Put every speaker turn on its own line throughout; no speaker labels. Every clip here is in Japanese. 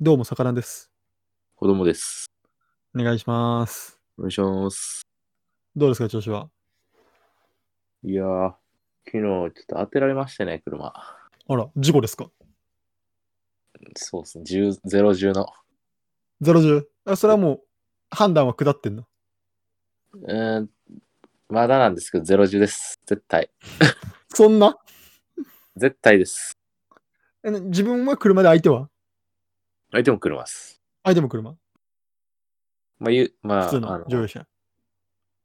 どうも、さかなです。
子供です。
お願いします。
お願いします。
どうですか、調子は。
いやー、昨日ちょっと当てられましたね、車。
あら、事故ですか
そうですね、10 010の。
?010? あそれはもう、判断は下ってんの。
うーん、まだなんですけど、010です。絶対。
そんな
絶対です。
えな自分は車で相手は
相手も車です。
相手も車
まあ、ゆまあ、
普通
あ
の乗
の
用車。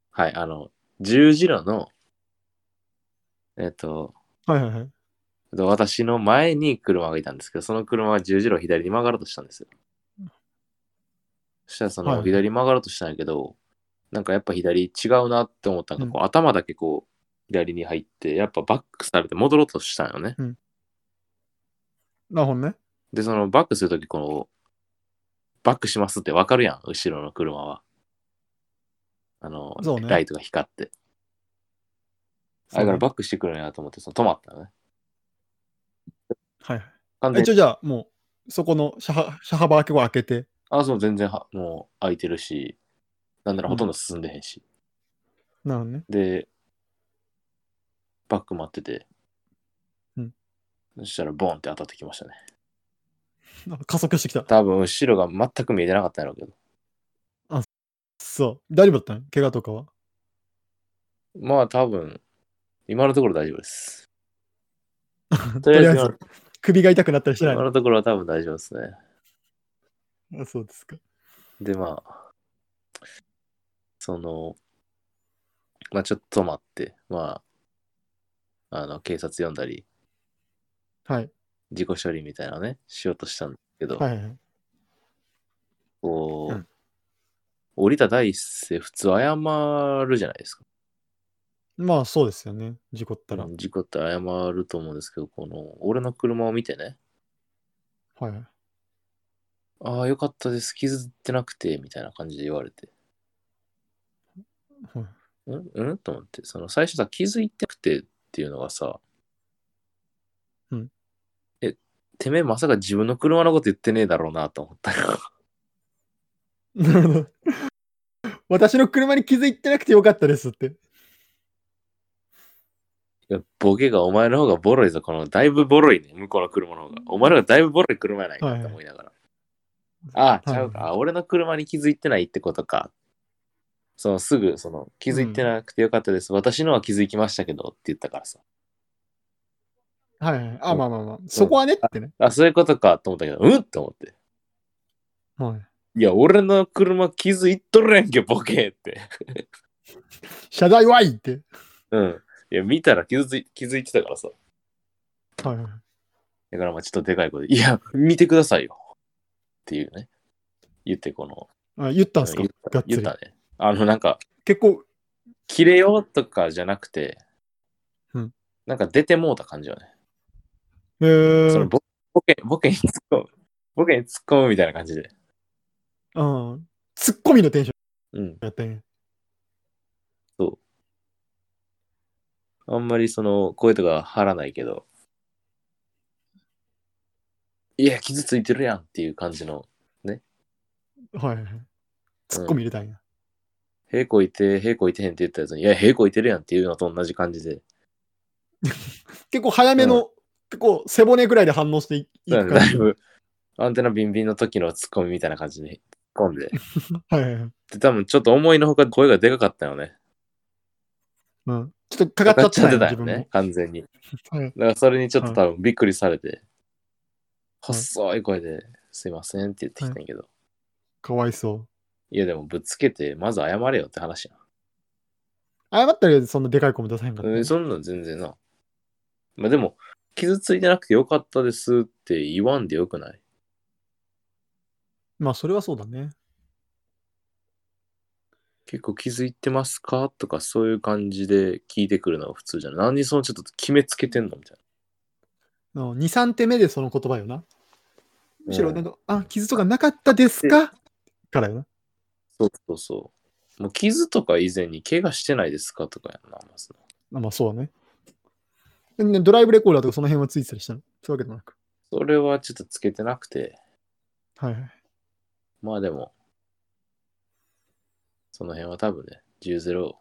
はい、あの、十字路の、えっ、と、
はいはいはい。
私の前に車がいたんですけど、その車は十字路を左に曲がろうとしたんですよ。そしたらそ
は
の
い
左に曲がろうとしたんやけど、なんかやっぱ左違うなって思ったのが、こう頭だけこう左に入って、やっぱバックされて戻ろうとしたんよね。
なるほどね。
で、そのバックするとき、この、バックしますってわかるやん、後ろの車は。あの、
そうね
ライトが光って。
そう
あだ
ね
からバックしてくるんやなと思って、その止まったのね。
はいはい
完
あ。
全
一
に
応じゃあ、もう、そこの車幅車幅開けを開けて。
あ、そう、全然は、もう空いてるし、なんならほとんど進んでへんし。
なるほどね。
で、バック待ってて、
うん
そしたらボンって当たってきましたね。
なんか加速してきた。
多分、後ろが全く見えてなかったんやろうけど。
そう。大丈夫だったの怪我とかは。
まあ、多分、今のところ大丈夫です。
と
とりあえず今の、
首が痛くなったりしてない
今
の
のところは多分大丈夫ですね。
あそうですか。
で、まあ、その、まあ、ちょっと待って、まあ、あの、警察呼んだり、
はい。
自己処理みたいなのね、しようとしたんだけど、
はいはいはい。
こう、
うん
降りた第一声、普通謝るじゃないですか。
まあ、そうですよね。事故ったら。
事故って謝ると思うんですけど、この、俺の車を見てね、
はいはい。
ああ、よかったです、傷ってなくて、みたいな感じで言われて、
はい
うんうんと思って、その、最初さ、傷いってなくてっていうのがさ、
うん。
え、てめえまさか自分の車のこと言ってねえだろうなと思ったよ。
なるほど。私の車に気づいてなくてよかったですって。
いやボケがお前の方がボロいぞ、この、だいぶボロいね、向こうの車の方が。お前の方がだいぶボロい車やないかって思いながら。ああ、ちゃうか。あ俺の車に気づいてないってことか。そのすぐ、その、気づいてなくてよかったです。私のは気づきましたけどって言ったからさ。
はいはい。あ、まあまあまあ。そこはねってね。
あ、そういうことかと思ったけど、うんって思って。
はい。
いや、俺の車気づいとるやんけ、ボケって。
謝罪はいって。
うん。いや、見たら気づい気づいてたからさ。
はいはい。
だからまあちょっとでかい声で、いや、見てくださいよ。っていうね。言って、この、
あ言ったんすか
言っ
が
た
っつ
言っ
り
た。ね。あの、なんか、
結構、
切れようとかじゃなくて、
うん
なんか出てもうた感じよね。
えー、
そのボボケ、ボケに突っ込む。ボケに突っ込むみたいな感じで。
うん。ツッコミのテンショ
うん。
ンやったんや。
あんまりその声とか張らないけど。いや、傷ついてるやんっていう感じの。
はいはいはい。ツッコミ入れたんや。
平行いて、平行いてへんって言ったやつに、いや、平行いてるやんっていうのと同じ感じで。
結構早めの、結構背骨ぐらいで反応していい
だ
く感
からだい
じ。
ぶ、アンテナビンビンの時のツッコミみたいな感じに突っ込んで。
はいはいはい。
で、多分ちょっと思いのほか声がでかかったよね。
うん。ちょっとかかっちゃったんや、自
かか
分
っちゃってたよね
も。。
完全に。
はい、
だからそれにちょっと
うん
多分びっくりされて、細い声で、すいませんって言ってきたんやけど、
かわいそう。
いやでもぶつけて、まず謝れよって話や
謝ったらそんなでかい声も出さへんかっ
ん。
た。
うんそんなん全然な。まあでも、傷ついてなくてよかったですって言わんでよくない
まあ、それはそうだね。
結構気づいてますかとかそういう感じで聞いてくるのが普通じゃない何そのちょっと決めつけてんのみたい
の2、3手目でその言葉よな。むしろ、
うん
なんか、あ、傷とかなかったですかからよな。
な。そうそうそう。もう傷とか以前に怪我してないですかとかやんな。まあその
あまあ、そうだねでね。ドライブレコーダーとかその辺はついてたりしたのそういうわけでもなく。
それはちょっとつけてなくて、
はいはい。
まあでも、その辺は多分ね、10-0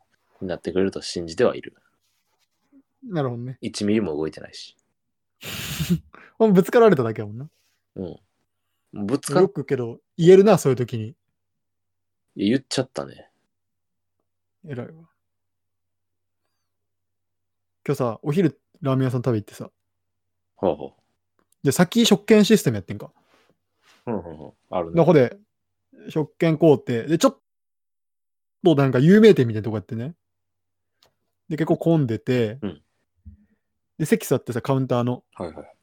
になってくれると信じてはいる。
なるほどね。
1ミリも動いてないし。
もうぶつかられただけやもんな。
うん。ぶつかっ
よくけど、言えるな、そういう時に。
言っちゃったね。
偉いわ。今日さ、お昼ラーメン屋さん食べ行ってさ、
ほうほ
で、先食券システムやってんか。
う。うんうんうん。ある
ど
ね。
こで、食券買うて、で、ちょっとなんか有名店みたいなとこやってね。で、結構混んでて、
うん
で、席座ってさ、カウンターの。
はいはい。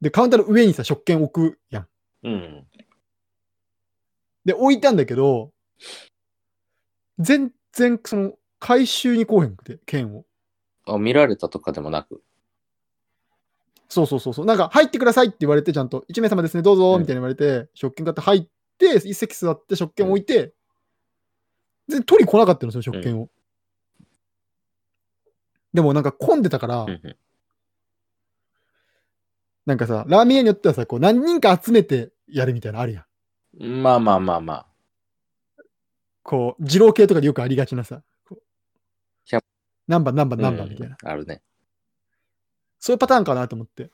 で、カウンターの上にさ、食券置くやん。
うん。
で、置いたんだけど、全然、その、回収に来へんくて、券を。
あ、見られたとかでもなく。
そうそうそうそう。なんか、入ってくださいって言われて、ちゃんと、1名様ですね、どうぞ、
うん
みたいに言われて、食券買って入って、一席座って食券置いて、全然取り来なかったの、その食券を。でも、なんか混んでたから、
うんうん。
なんかさ、ラーメン屋によってはさ、こう、何人か集めてやるみたいなのあるやん。
まあまあまあまあ。
こう、二郎系とかでよくありがちなさ、こう
100
何番、何番、何番みたいな。
うんあるね。
そういうパターンかなと思って。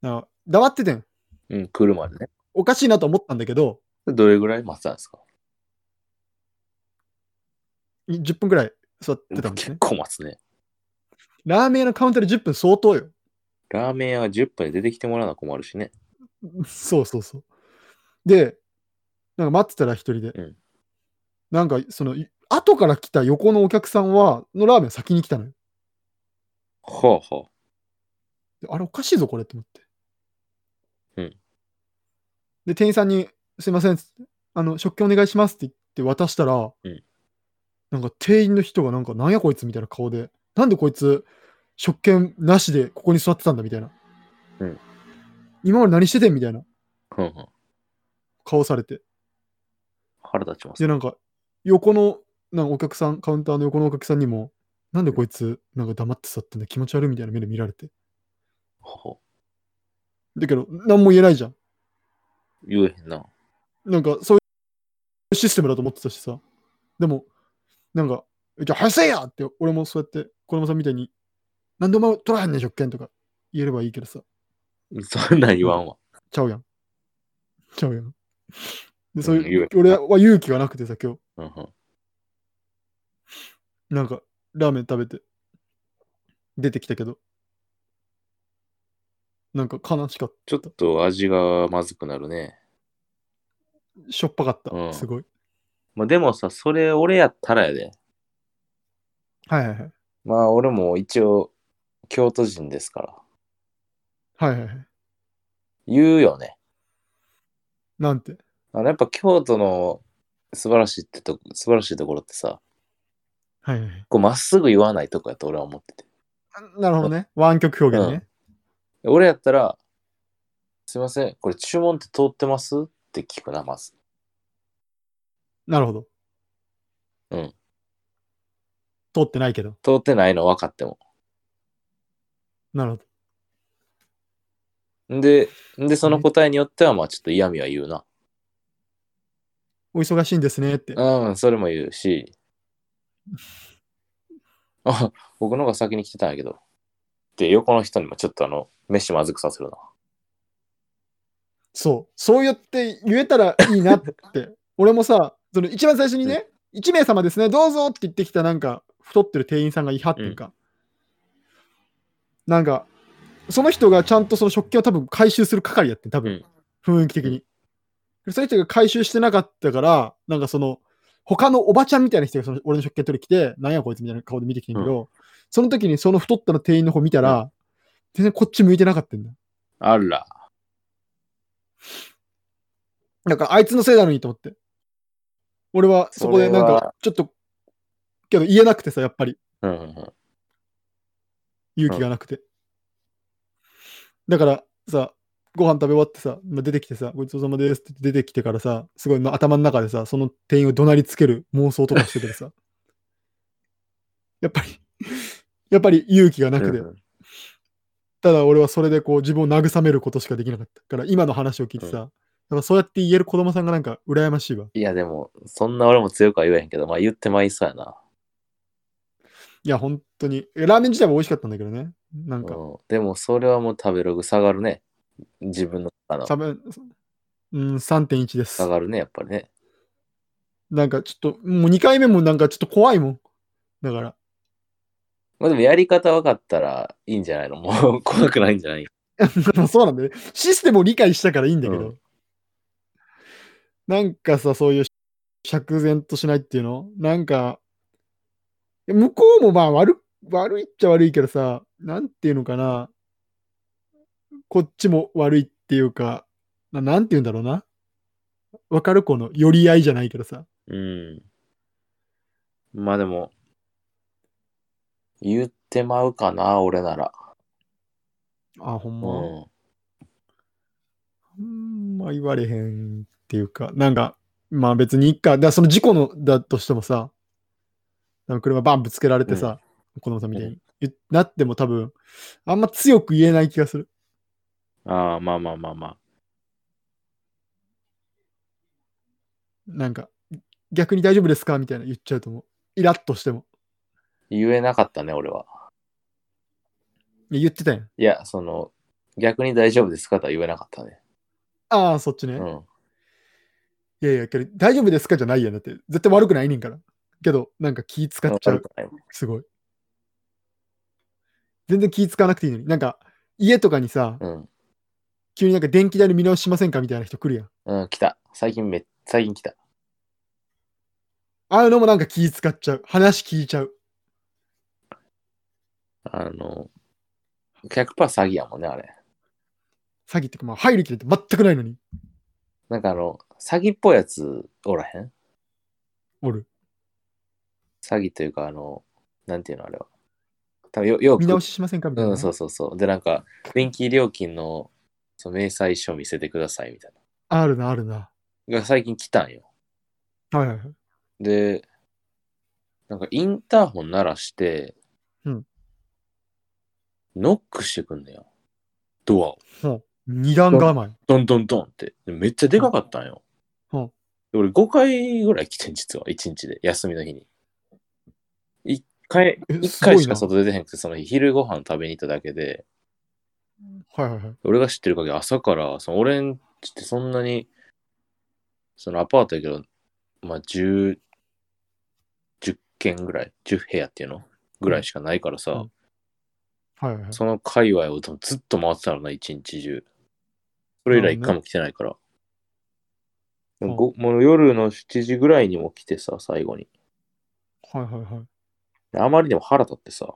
なんか黙っててん。
うん、来るまでね。
おかしいなと思ったんだけど、
どれぐらい待ってたんですか
10分くらい座ってたんです
結
ね。
構待つね。
ラーメン屋のカウンターで10分相当よ。
ラーメン屋が10分で出てきてもらうのは困るしね。
そうそうそう。で、なんか待ってたら一人で。
うん
なんか、その、い後から来た横のお客さんは、のラーメン先に来たのよ。
ほうほ
であれおかしいぞ、これって思って。
うん
で、店員さんに、すいません、つってあの、食券お願いしますって言って渡したら、
ん
なんか店員の人がなんか、なんやこいつみたいな顔で、なんでこいつ、食券なしでここに座ってたんだみたいな。
うん
今まで何しててんみたいな
う。うんうん。
顔されて。
腹立ちます。
で、なんか、横の、なんかお客さん、カウンターの横のお客さんにも、なんでこいつ、なんか黙って去ってんだ、気持ち悪いみたいな目で見られて。
ほ
だけど、何も言えないじゃん。
う言えへんな。
なんか、そういうシステムだと思ってたしさ。でも、なんか、じゃあ、早せやって、俺もそうやって、子供さんみたいに、なんでお前取らへんねん、食券とか言えればいいけどさ、
そんなん言わんわ。
ちゃうやん。ちゃうやん。で、そう
うん言
いうう、俺は勇気がなくてさ、今日。
うんうん。
なんか、ラーメン食べて、出てきたけど、なんか悲しかっ
ちょっと味がまずくなるね。
た。しょっぱかった。
うん
すごい。
まあでもさ、それ俺やったらやで。
はいはいはい。
まあ俺も一応、京都人ですから。
はいはいはい。
言うよね。
なんて。
あのやっぱ京都の素晴らしいってとこ、素晴らしいところってさ、
はいはいはい。
こうまっすぐ言わないとこやと俺は思ってて。
あなるほどね。湾曲表現ね。
俺やったら、すいません、これ注文って通ってますって聞くな、まず。
なるほど。
うん。
通ってないけど。
通ってないの分かっても。
なるほど。
んで、んで、その答えによっては、まあちょっと嫌味は言うな。
お忙しいんですねって。
うん、それも言うし。 あ、僕の方が先に来てたんやけど。で、横の人にもちょっとあの、飯まずくさせるな。
そう。そう言って言えたらいいなって。 俺もさ、その一番最初にね、1名様ですね、どうぞって言ってきたなんか、太ってる店員さんがいはっていうか、なんか、その人がちゃんとその食器を多分回収する係やってん、多分、雰囲気的に。その人が回収してなかったから、なんかその、他のおばちゃんみたいな人がその俺の食券取り来て、なんやこいつみたいな顔で見てきてんけど、その時にその太ったの店員の方見たら、全然こっち向いてなかったんだ。
あら。
だからあいつのせいなのにと思って。俺はそこでなん
それ
か
は
ちょっと、けど言えなくてさ、やっぱり
うんうんうん。
勇気がなくて。だからさ、ご飯食べ終わってさ、まあ出てきてさ、ごちそうさまですって出てきてからさ、すごいの頭の中でさ、その店員を怒鳴りつける妄想とかしててさ、 やっぱり、やっぱり勇気がなくて
うんう、ん
ただ俺はそれでこう自分を慰めることしかできなかったから、今の話を聞いてさ、
う
やっぱそうやって言える子供さんがなんか羨ましいわ。
いや、でも、そんな俺も強くは言えへんけど、まあ言ってまいそうやな。
いや、本当に。えラーメン自体も美味しかったんだけどね。なんか、
うん、でも、それはもう食べログ下がるね。自分の中の。
多分、うん、3.1です
下。がるね、やっぱりね。
なんかちょっと、もう2回目もなんかちょっと怖いもん。だから、
まあでも、やり方分かったらいいんじゃないの もう怖くないんじゃない
まあそうなんだね。システムを理解したからいいんだけど。
う
なんかさ、そういう釈然としないっていうのなんか、いや向こうもまあ悪悪いっちゃ悪いけどさ、なんていうのかな。こっちも悪いっていうか、ななんていうんだろうな。わかるこの寄り合いじゃないけどさ。
うん。まあでも、言ってまうかな、俺なら。
あ、ほん
う
ま。
ん。
うんまあ言われへんっていうか、なんか、まあ別にいっか。だからその事故のだとしてもさ、多分車バンぶつけられてさ、子供さんみたいに、なっても多分、あんま強く言えない気がする。
ああ、まあまあまあまあ。
なんか、逆に大丈夫ですかみたいな言っちゃうと思う。イラッとしても。
言えなかったね、俺は。
いや言ってたやん。
いや、その、逆に大丈夫ですかとは言えなかったね。
ああ、そっちね。
う
い
ん。
やいや、けど大丈夫ですかじゃないやん。だって、絶対悪くないねんから。けど、なんか気使っちゃう
悪。くないもん
すごい。全然気使わなくていいのに。なんか、家とかにさ、
うん。
急になんか電気代の見直ししませんかみたいな人来るやん。
うん、来た。最近め、最近来た。
ああいうのもなんか気使っちゃう。話聞いちゃう。
あの、100%詐欺やもんね、あれ。
詐欺ってか、まあ、入る気なんて全くないのに。
なんかあの、詐欺っぽいやつおらへん
おる。
詐欺というか、あの、なんていうの、あれは。多分よ、よく。
見直ししませんかみたいな。
うん、そうそうそう。で、なんか、電気料金の、その明細書見せてください、みたい
あるな、あるな。
な。が最近来たんよ。
はいはいはい。
で、なんかインターホン鳴らして、
うん
ノックしてくんのよ。ドアを。
二段構え。
ドンドンドンって。でめっちゃでかかったんよ。
うん
で俺5回ぐらい来てん、実は。1日で。休みの日に。1回、
え
一
すごいな
回しか外出てへんくて、その日昼ご飯食べに行っただけで、
はいはいはい。
俺が知ってる限り朝から、その俺んちってそんなに、そのアパートやけど、まあ10、10軒ぐらい、10部屋っていうのぐらいしかないからさ、
うんはいはいはい。
その界隈をずっと回ってたのな、一日中。それ以来一回も来てないから。でもごもう夜の7時ぐらいにも来てさ、最後に。
はいはいはい。
であまりにも腹立ってさ、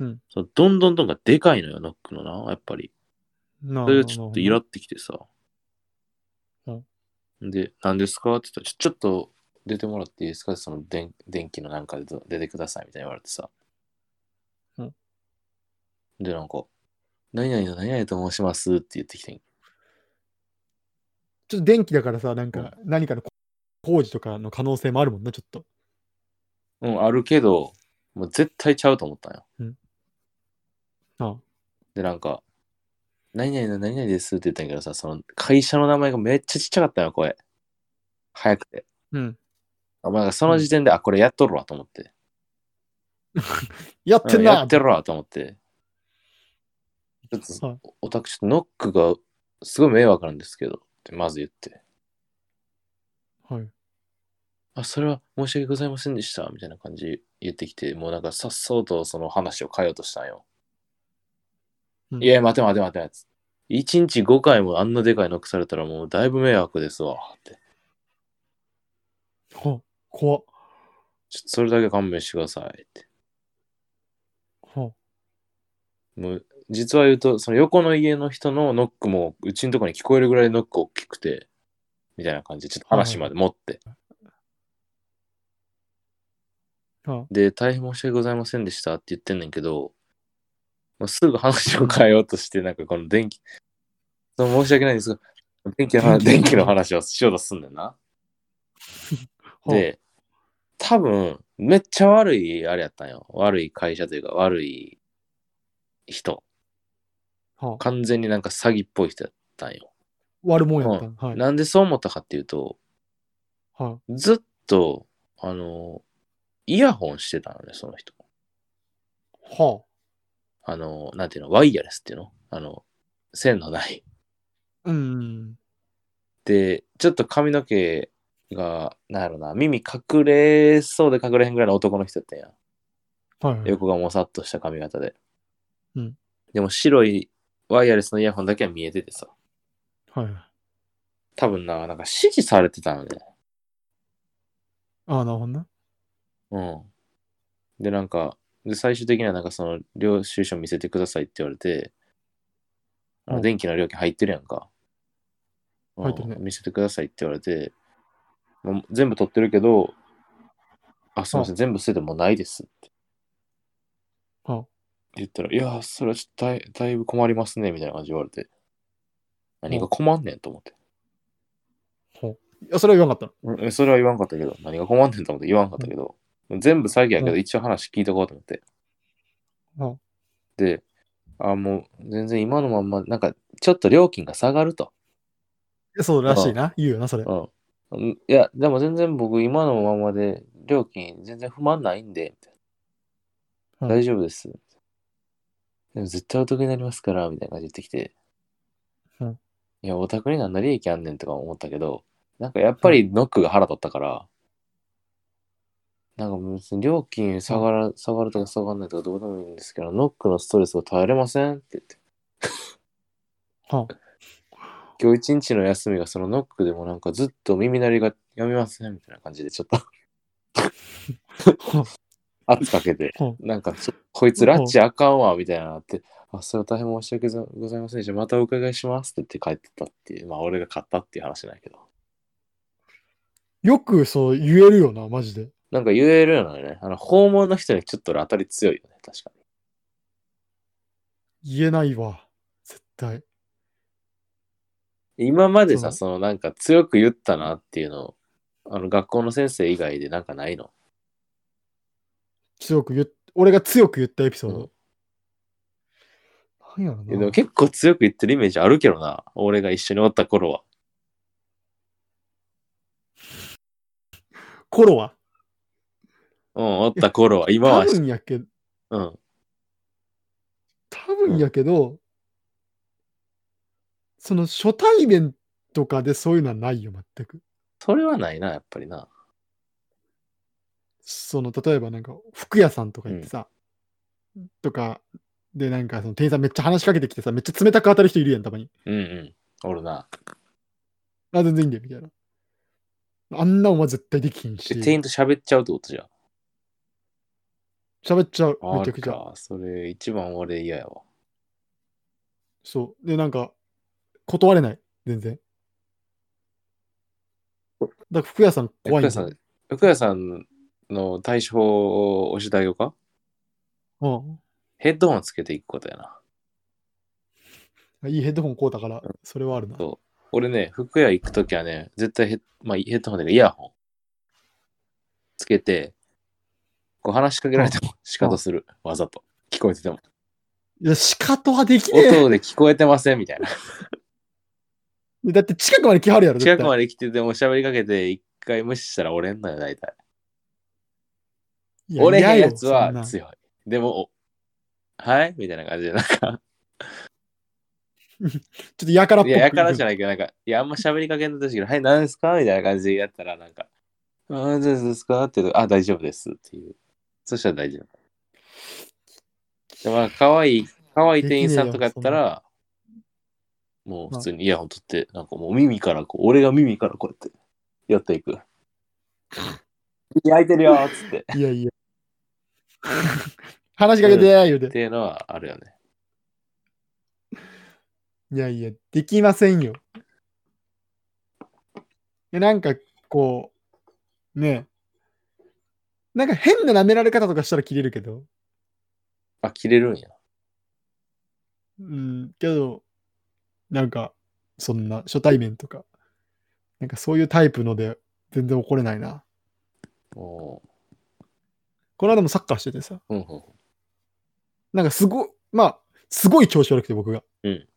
うん
そのどんどんどんがでかいのよ、ノックのな、やっぱり。
な
それでちょっとイラってきてさ。
うん
で、何ですかって言ったら、ちょちょっと出てもらっていいですかその電電気のなんかでど出てくださいみたいに言われてさ。
うん
で、なんか、何々と何々と申しますって言ってきてん。
ちょっと電気だからさ、なんか、何かの工事とかの可能性もあるもんな、ちょっと。
うん、あるけど、もう絶対ちゃうと思ったんよ。
あ
で、なんか、何々の何々ですって言ったんやけどさ、その会社の名前がめっちゃちっちゃかったんよ、声。早くて。
うん。
お前がその時点で、あ、これやっとるわと思って。
やってん
や
な
ってるわと思って。ちょっと、
はい
おたくちょっとノックがすごい迷惑なんですけど、ってまず言って。
はい。
あ、それは申し訳ございませんでした、みたいな感じ言ってきて、もうなんかさっそうとその話を変えようとしたんよ。
うん
いや、待て待て待て待て。1日5回もあんなでかいノックされたらもうだいぶ迷惑ですわ、って。
は怖っ
ちょっとそれだけ勘弁してください、って。
は
もう、実は言うと、その横の家の人のノックも、うちのとこに聞こえるぐらいノック大きくて、みたいな感じで、ちょっと話まで持って。
は
で、大変申し訳ございませんでしたって言ってんねんけど、もうすぐ話を変えようとして、なんかこの電気、その申し訳ないんですが、電気の話電気の話をしようとすんねんな。
は
で、多分、めっちゃ悪い、あれやったんよ。悪い会社というか、悪い人
はあ、
完全になんか詐欺っぽい人だったんよ。
悪もんやったん。はい。
なんでそう思ったかっていうと、
は
ずっと、あの、イヤホンしてたのね、その人。
い。は
あの、なんていうの、ワイヤレスっていうのあの、線のない。
あ。うん。
で、ちょっと髪の毛が、なんやろな、耳隠れそうで隠れへんぐらいの男の人やったんや。
はいはい。
横がもさっとした髪型で。
うん
でも白いワイヤレスのイヤホンだけは見えててさ。
はいはい。
多分な、なんか指示されてたのね。
ああ、なるほどな。
うん。で、なんか、で最終的にはなんかその、領収書見せてくださいって言われて、あ
う
の
ん
電気の料金入ってるやんか。うん
入ってるね
見せてくださいって言われて、まあ全部取ってるけど、あ、すみません、全部捨ててもうないですって
はあ。
言ったら、いやー、それはちょっとだいだいぶ困りますね、みたいな感じで言われて。何が困んねんと思って。
いや、それは言わんかっ
うんそれは言わんかったけど、何が困んねんと思って言わんかったけど、全部詐欺やけ
う
ど、一応話聞いとこうと思って。
うん
で、あ、もう全然今のまんま、なんかちょっと料金が下がると。
た。そうらしいな。言うよな、それ。
うんうん。いや、でも全然僕今のままで料金全然不満ないんで、みたいな
うん
大丈夫です。でも絶対お得になりますから、みたいな感じで言ってきて。
うん
いや、お宅に何の利益あんねんとか思ったけど、なんかやっぱりノックが腹立ったから、なんかもう別に料金下がら、下がるとか下がらないとかどうでもいいんですけど、ノックのストレスが耐えれませんって言って。
はあ。
今日一日の休みがそのノックでもなんかずっと耳鳴りがやみませんみたいな感じでちょっと圧かけて
は
なんかちょこいつラッチあかんわみたいなのあってあそれは大変申し訳ございませんでしたまたお伺いしますって言って帰ってったっていうまあ俺が買ったっていう話なんやけど
よくそう言えるよな、マジで。
なんか言えるのよねあの訪問の人にちょっと俺当たり強いよね確かに
言えないわ。絶対。
今まで
そう
さそのなんか強く言ったなっていうのあの学校の先生以外でなんかないの
強く言っ、俺が強く言ったエピソー
う
ド
ん。
何やろ
いやでも
な。
結構強く言ってるイメージあるけどな俺が一緒におった頃は
頃は。
うん、おった 頃は、今
多
はし、
分やけど、
うん、
多分やけど、その初対面とかでそういうのはないよ、全く。
それはないな、やっぱりな。
その、例えばなんか、服屋さんとか行ってさ、とか、でなんかその店員さんめっちゃ話しかけてきてさ、めっちゃ冷たく当たる人いるやん、たまに。
うんうん、おるな。
あ、全然いいんだよ、みたいな。あんなんは絶対できひん
で
し、
店員と喋っちゃうってことじゃん。
喋っちゃう、
あ
めち
る
ゃくちゃ。
か、それ一番俺嫌やわ。
そう。で、なんか、断れない、全然。だから服屋さん怖い
福
ん
屋
だ
さ
よ
ん、福屋さんの対処法を教えてあげようかヘッドホンつけていくことやな。
うん。いいヘッドホン買うたから、それはあるな。
そう俺ね、服屋行くときはね、絶対ヘッ,、まあ、ヘッドホンでイヤホンつけて、こう話しかけられても仕方する。わざと。聞こえてても。
いや、仕方はできね え
音で聞こえてません みたいな。
だって近くまで来はるやろ、絶
近く
対。
まで来てても喋りかけて一回無視したら折れんのよ大体
いや
折れへん
嫌よ
やつ
そんな
は強いでもおはいみたいな感じでなんか
ちょっとやからっぽ
いややからじゃ
ない。
ないけどなんかいやあんま喋りかけんとしたけど「はい何ですか?」みたいな感じでやったらなんか「あどうですか?」って言うと「あ大丈夫です」っていうそしたら大丈夫でまあ可愛い可愛い店員さんとかやったらもう普通にイヤホン取ってなんかもう耳からこう俺が耳からこうやってやっていく「焼いてるよ」っつって
いやいや。話しかけてー、言う。
ってていうのはあるよね。
いやいや、できませんよ。いやなんか、こう、ねえなんか変な舐められ方とかしたら切れるけど。
あ、切れるんや。
うん、けど、なんか、そんな初対面とか、なんかそういうタイプので全然怒れないな。
おー
この間もサッカーしててさ、
うんうん
なんかすごい、まあ、すごい調子悪くて、僕が。
うん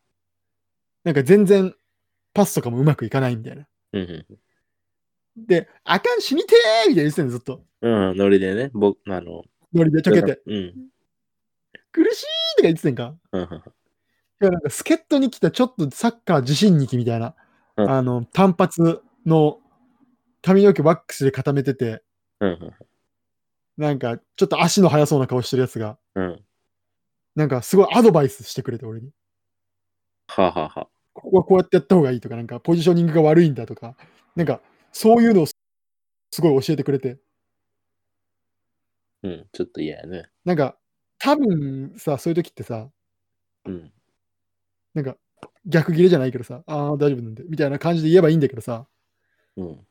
なんか全然、パスとかもうまくいかないみたいな。
うん
で、あかん、死にてーみたいな言ってたんずっと。
うん。うん、ノリでね、僕、あの、
ノリでちょけて。
うん。
苦しいとか言ってたんか。
うんうん
いや、なんか、助っ人に来た、ちょっとサッカー自信にきみたいな、
うん
あの、単発の髪の毛ワックスで固めてて、
うん
なんか、ちょっと足の速そうな顔してるやつが、
うん。うん。
なんか、すごいアドバイスしてくれて、俺に。
はあ、はあは
ここはこうやってやった方がいいとか、なんか、ポジショニングが悪いんだとか、なんか、そういうのをすごい教えてくれて、
あ、うん。ちょっと嫌やね。
なんか、多分さ、そういう時ってさ、
うん。
なんか、逆切れじゃないけどさ、ああ、大丈夫なんで、みたいな感じで言えばいいんだけどさ、
うん。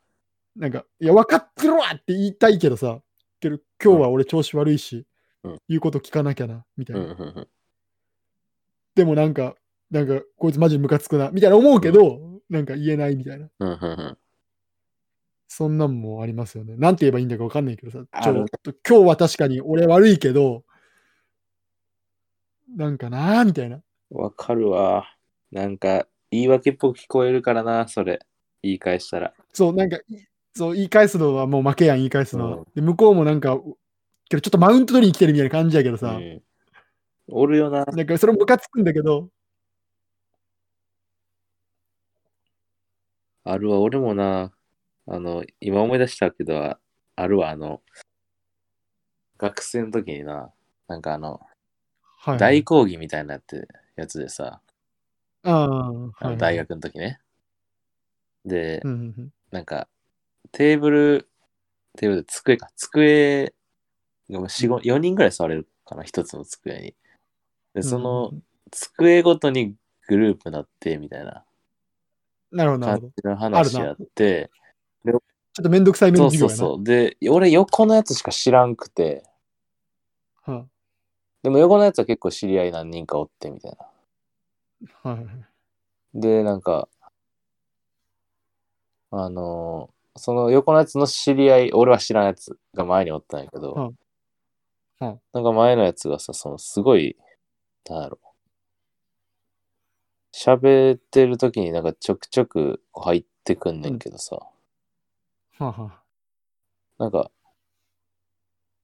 なんか、いや、分かってるわって言いたいけどさ、けど今日は俺調子悪いし、
うん
言うこと聞かなきゃな、みたい
うん。う
な。
んうん。
でもなんか、なんか、こいつマジムカつくな、みたいな思うけど、なんか言えないみたいな。
うんうんうん。
そんなんもありますよね。なんて言えばいいんだか分かんないけどさ、
あ
ちょっと今日は確かに俺悪いけど、なんかなーみたいな。
わかるわ。なんか、言い訳っぽく聞こえるからな、それ。言い返したら。
そう、なんか、いそう、言い返すのはもう負けやん、言い返すのは。
うん
で向こうもなんか、けどちょっとマウント取りに来てるみたいな感じやけど
う
さ、
ん。おるよな。
なんかそれムカつくんだけど、
あるわ、俺もな。あの、今思い出したけど、あるわ、あの、学生の時にな、なんかあの、
はい。
大講義みたいなってやつでさ、
ああ、はい
あの大学の時ね。で
う、んうんうん
なんか、テーブル、テーブル、机か、机がもう四五4人ぐらい座れるかな、一つの机に。で、その
うん、
机ごとにグループになって、みたいな
なるほど、なる
感
ほど。
じの話やって、
ちょっとめんどくさい面
そ
の
う
授業
そう
やな。
そう。で、俺横のやつしか知らんくて、
は
でも横のやつは結構知り合い何人かおって、みたいな。
いはいはい
で、なんか、あのーその横のやつの知り合い、俺は知らんやつが前におったんやけど、
うんうん
なんか前のやつがさ、そのすごい、なんやろ、喋ってる時になんかちょくちょくこう入ってくんねんけどさ、
はあは
なんか、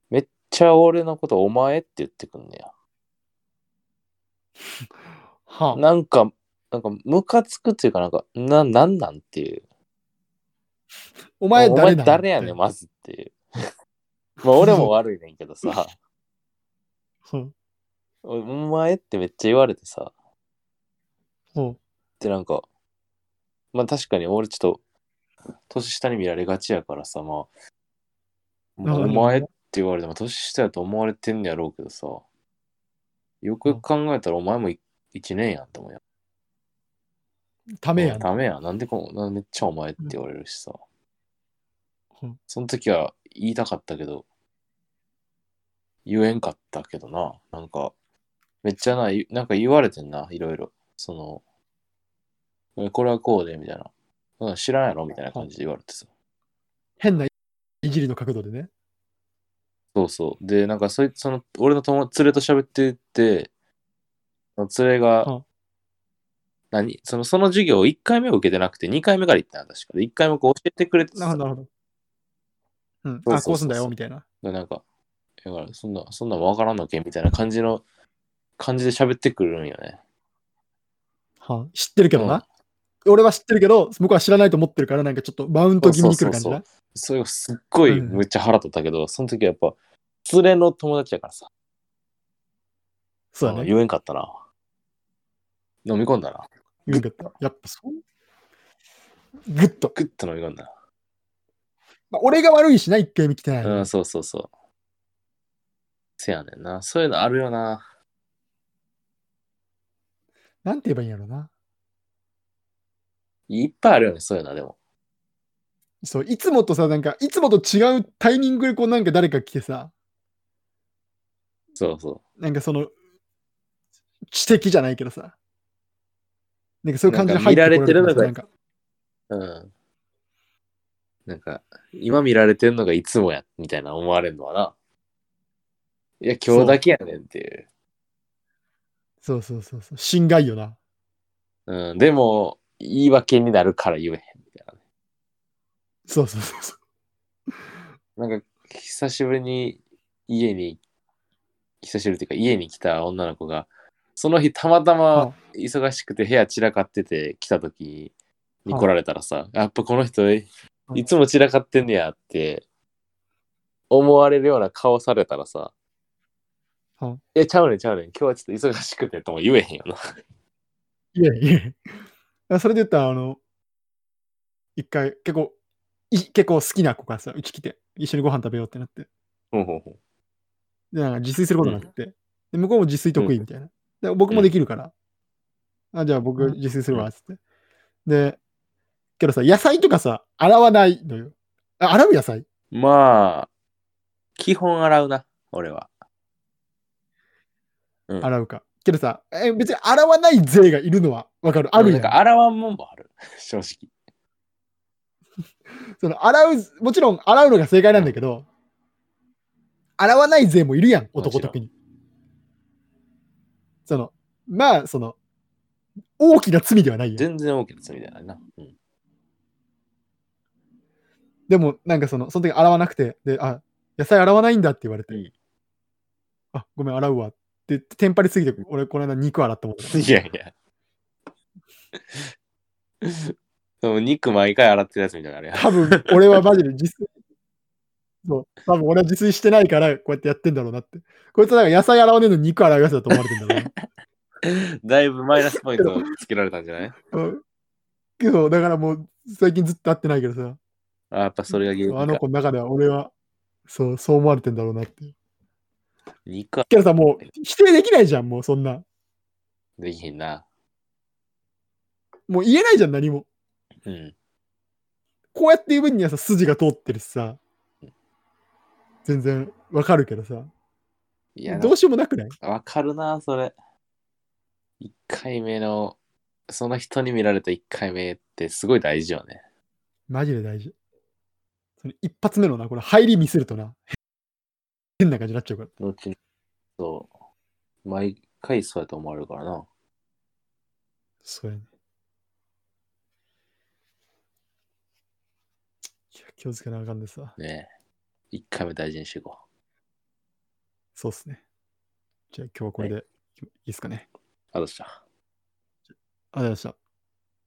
めっちゃ俺のことお前って言ってくんねや。
あはあ
なんか、なんかムカつくっていうかなんか、な、なんなんっていう。
お前
お
誰
前
なん
誰やねん、まずっていう。 まあ俺も悪いねんけどさ、
そう
おお前ってめっちゃ言われてさ、
そう
でなんか、まあ確かに俺ちょっと、年下に見られがちやからさ、まあ、まあ
なるほ
お
ど
前って言われても年下やと思われてんねやろうけどさ、よくよく考えたらお前もい一年やんと思うよ。
ためやな。
ダメや。なんでこの、なめっちゃお前って言われるしさ。
うん
その時は言いたかったけど、言えんかったけどな。なんか、めっちゃな、いなんか言われてんな、いろいろ。その、えこれはこうで、みたいな。うん知らんやろみたいな感じで言われてさ。
変ないじりの角度でね。
そうそう。で、なんかそい、その、俺の友連れと喋ってて、その連れが、
うん
何その、その授業を1回目を受けてなくて、2回目から行ったん確か。1回目こう教えてくれて
な
さ
るほど、なるほど。うん、
そうそうそう
あ、こうすんだよ、みたいな。
でなんか、だからそんな、そんなんわからんのけみたいな感じの、感じで喋ってくるんよね。
はあ知ってるけどな。俺は知ってるけど、向こうは知らないと思ってるから、なんかちょっとマウント気味に来る感じ
そう
な。
それがすっごい
うん
むっちゃ腹立ったけど、その時はやっぱ、連れの友達やからさ、
そうだ
うん
ね。
言えんかったな。飲み込んだな。
言うんだった。やっぱそう。グッと。
グッと飲み込んだ
まあ俺が悪いしな、一回目来てない
な。
の。
うん、そうそうそう。せやねんな。そういうのあるよな。
なんて言えばいいんやろな。
いっぱいあるよね、そういうのはでも。
そう、いつもとさ、なんか、いつもと違うタイミングで、こう、なんか誰か来てさ、
そうそ
なんかその、知的じゃないけどさ、なんかそういう感じで
なんか
入っ
見ら
て
れ
こ
てるのが
からさなんか、
う。うん。なんか、今見られてんのがいつもや、みたいな思われるのはな。いや、今日だけやねんっていう。
そうそうそうそう。心外よな。
うん、でも、言い訳になるから言えへんみたいなね。
そうそうそうそう。
なんか、久しぶりに家に、久しぶりっていうか家に来た女の子が、その日たまたま忙しくて部屋散らかってて来た時に来られたらさ、やっぱこの人い
はい
いつも散らかってんねやって思われるような顔されたらさ、
はい
いや、ちゃうねんちゃうねん。今日はちょっと忙しくてとも言えへんよな。
いえいえ。あそれで言ったら、あの、一回、結構、い結構好きな子がさ、うち来て、一緒にご飯食べようってなって、
ほうほうほう
で、なんか自炊することになって、で、向こうも自炊得意みたいな。で、僕もできるから、あ、じゃあ僕
うん
自炊するわ、つって。で、けどさ、野菜とかさ、洗わないのよ。あ、洗う野菜
まあ、基本洗うな、俺は。うん
洗うか。けどさ、え別に洗わない税がいるのはわかる。ある
な
や
ん
ん。
か洗わんもんもある。 正直。
その洗う、もちろん洗うのが正解なんだけど、洗わない勢もいるやん、
もちろ
男
ん
特に。その、まあ、その、大きな罪ではないやん。
全然 OK ですみたいないな。うん。
でも、なんかその、その時洗わなくて、で、あ、野菜洗わないんだって言われて、
うん
あ、ごめん、洗うわって、テンパりすぎて、俺、この間肉洗ったもん。
いやいや。 でも肉毎回洗ってるやつみたいなのあれや。
多分、俺はマジで自炊、そう、多分俺は自炊してないから、こうやってやってんだろうなって。こいつなんか野菜洗わねえのに肉洗うやつだと思われてんだろうな。
だいぶマイナスポイントつけられたんじゃない
うんけど、だからもう、最近ずっと会ってないけどさ、
あやっぱそれが原因か
あの子の中では俺は、そう、そう思われてんだろうなって。
肉は
けどさ、もう、否定できないじゃん、もうそんな。
できひんな。
もう言えないじゃん、何も。
うん。
こうやって言う分にはさ、筋が通ってるしさ、全然わかるけどさ、
いや、
どうしようもなくない
わかるな、それ。一回目の、その人に見られた一回目ってすごい大事よね。
マジで大事。その一発目のな、これ、入り見せるとな、 変な感じになっちゃうから。
後にそう。毎回そうやと思われるからな。
そうやね。いや気をつけなあかんでさ。
ねえ。一回目大事にしていこ
そうっすね。じゃあ今日はこれでいいですかね。
う。あどうした
ありがとうございました。